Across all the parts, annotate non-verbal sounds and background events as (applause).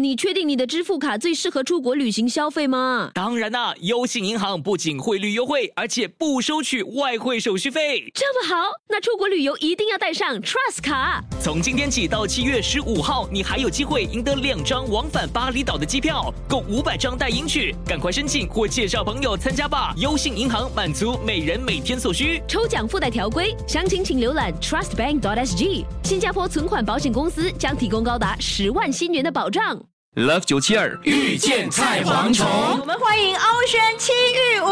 你确定你的支付卡最适合出国旅行消费吗？当然啦、优信银行不仅汇率优惠，而且不收取外汇手续费。这么好，那出国旅游一定要带上 Trust 卡。从今天起到七月十五号，你还有机会赢得两张往返巴厘岛的机票，共五百张代银取，赶快申请或介绍朋友参加吧。优信银行满足每人每天所需。抽奖附带条规，详情请浏览 trustbank.sg。新加坡存款保险公司将提供高达十万新元的保障。 Love 九七二遇见菜蝗虫。我们欢迎欧轩七玉屋。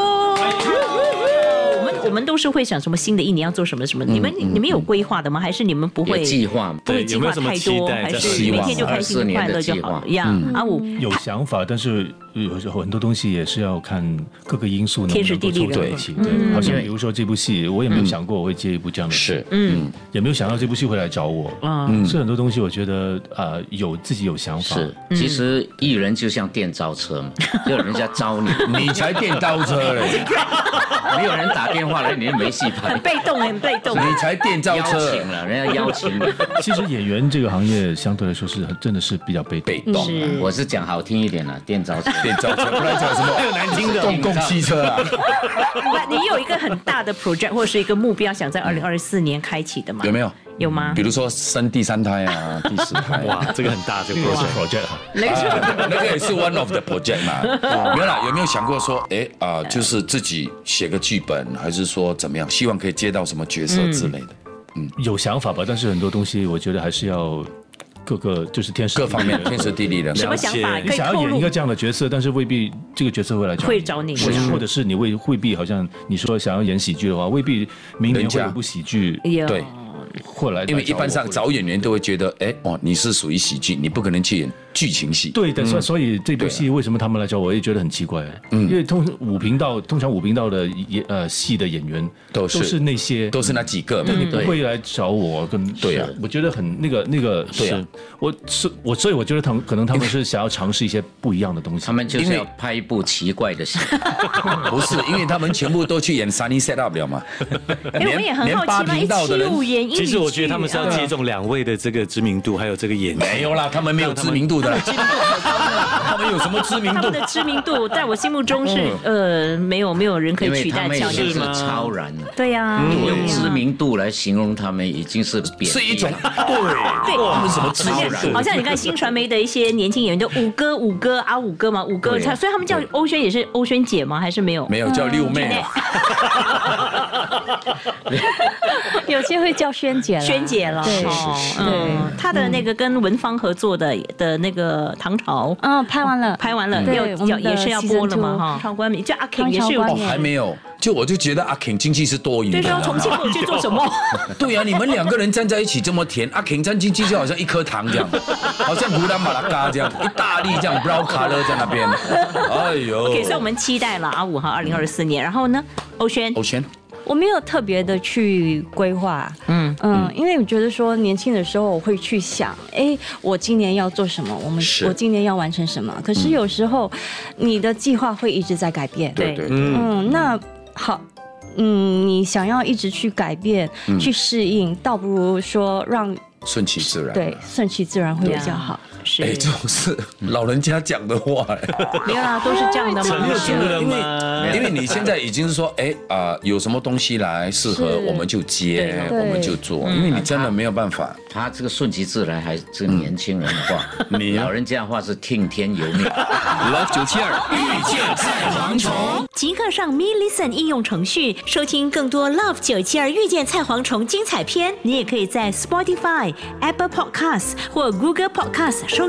我们我们都是会想什么新的一年要做什么什嗯么，你们你们有规划的吗？还是你们不会有嗯计划吗？不会对计有没划有什么太期多，待还在是希每望天就开24心年快的乐就计好了划嗯呀？阿五有想法，但是有时候很多东西也是要看各个因素能天不时能够地利凑在人一和起。对，好像比如说这部戏，我也没有想过我会接一部这样的戏，是，嗯也没有想到这部戏会来找我。啊是很多东西，我觉得呃有自己有想法。是，啊嗯其实艺人就像电召车嘛， (laughs) 就有人家招你， (laughs) 你才电刀车 (laughs) 嘞， (laughs) 没有人打电话来，你就没戏拍很，被动，很被 (laughs) 动。你才电召邀车请了，人家邀请你。其实演员这个行业相对来说是很真的是比较被动被。动啊，是我是讲好听一点了，电召车。电召车，不然讲什么？还有难听的公共汽车啊，那你有一个很大的 project 或者是一个目标，想嗯在二零二四年开启的吗？有没有？有吗比？如说生第三胎啊，第十 (laughs) 胎啊。哇，这个很大， (laughs) 这个 project 啊那个也是 one of the project 嘛。没有啦，有没有想过说，哎啊、就是自己写个剧本，还是说怎么样？希望可以接到什么角色之类的，有想法吧，但是很多东西我觉得还是要各个就是天时各 (laughs) 方面地利人和天时地利人什和么。想法你可以想要透演一个露？这样的角色，但是未必这个角色会来找会找你或者或者是你未未必好像你说想要演喜剧的话，未必明年人会家有部喜剧有对会来，因为一般上找演员都会觉得，哎哦，你是属于喜剧，你不可能去演剧情戏。对的，所以所以嗯这部戏为什么他们来找我，我也觉得很奇怪。嗯，因为通五频道通常五频道的演呃戏的演员都是是那些都是那几个嘛，你不会来找我跟对啊是我觉得很那个那个对啊是，我是我，所以我觉得他们可能他们是想要尝试一些不一样的东西。他们就是因为要拍一部奇怪的戏，不是，因为他们全部都去演 Sunny Set Up 了嘛。哎，我连们也很连好八奇嘛，频一道起的人入演英语其实我觉得剧他们是要啊借对重两位的这个知名度，还有这个演没有啦， (laughs) 他们没有知名度的啦。他们有什么知名他度们？的知名度在我心目中是呃，没有没有人可嗯因以为取他代们也乔就丽是。嗯超然的。对呀，对呀用知名度来形容他们已经是贬义了 (laughs) 嗯是一种对，哦他们什么知名好像好像你看新传媒的一些年轻演员，就五哥、五哥啊、五哥嘛，五哥，对他所以他们叫对欧萱也是欧萱姐吗？还是没有？没有叫六妹啊。有些会叫萱姐了，萱姐了，对哦是是嗯，她的那个跟文芳合作的的那个唐朝。嗯，拍完了，拍完了，嗯对要我要们的也是要播了 season 嘛 two 哈，超冠名，就阿 K 唐也是有朝，哦，冠还没有，就我就觉得阿 King 经济是多余的对，你知道说重吗。庆我去做什么？ (laughs) 对啊，你们两个人站在一起这么甜，阿 King 站经济就好像一颗糖这样， (laughs) 好像胡兰马拉嘎这样，一大粒这样 brown color 在那边。哎呦， OK，所以我们期待了阿五哈，二零二四年，然后呢，欧萱欧轩，我没有特别的去规划，嗯嗯，因为我觉得说年轻的时候我会去想，哎，我今年要做什么，我们是我今年要完成什么。可是有时候你的计划会一直在改变，对对嗯，那好。嗯，你想要一直去改变、去适应，倒不如说让顺其自然。对顺其自然会比较好。是哎，这种是老人家讲的话，哎没有啦，啊都是这样的嘛。因为因为你现在已经是说，哎啊，有什么东西来适合是我们就接，对我们就做，因为你真的没有办法。他这个顺其自然还是年轻人的话，嗯你老人家的话是听天由命。 Love 九七二遇见菜蝗虫，即刻上 Me Listen 应用程序收听更多 Love 九七二遇见菜蝗虫精彩片。你也可以在 Spotify、Apple Podcasts 或 Google Podcasts 收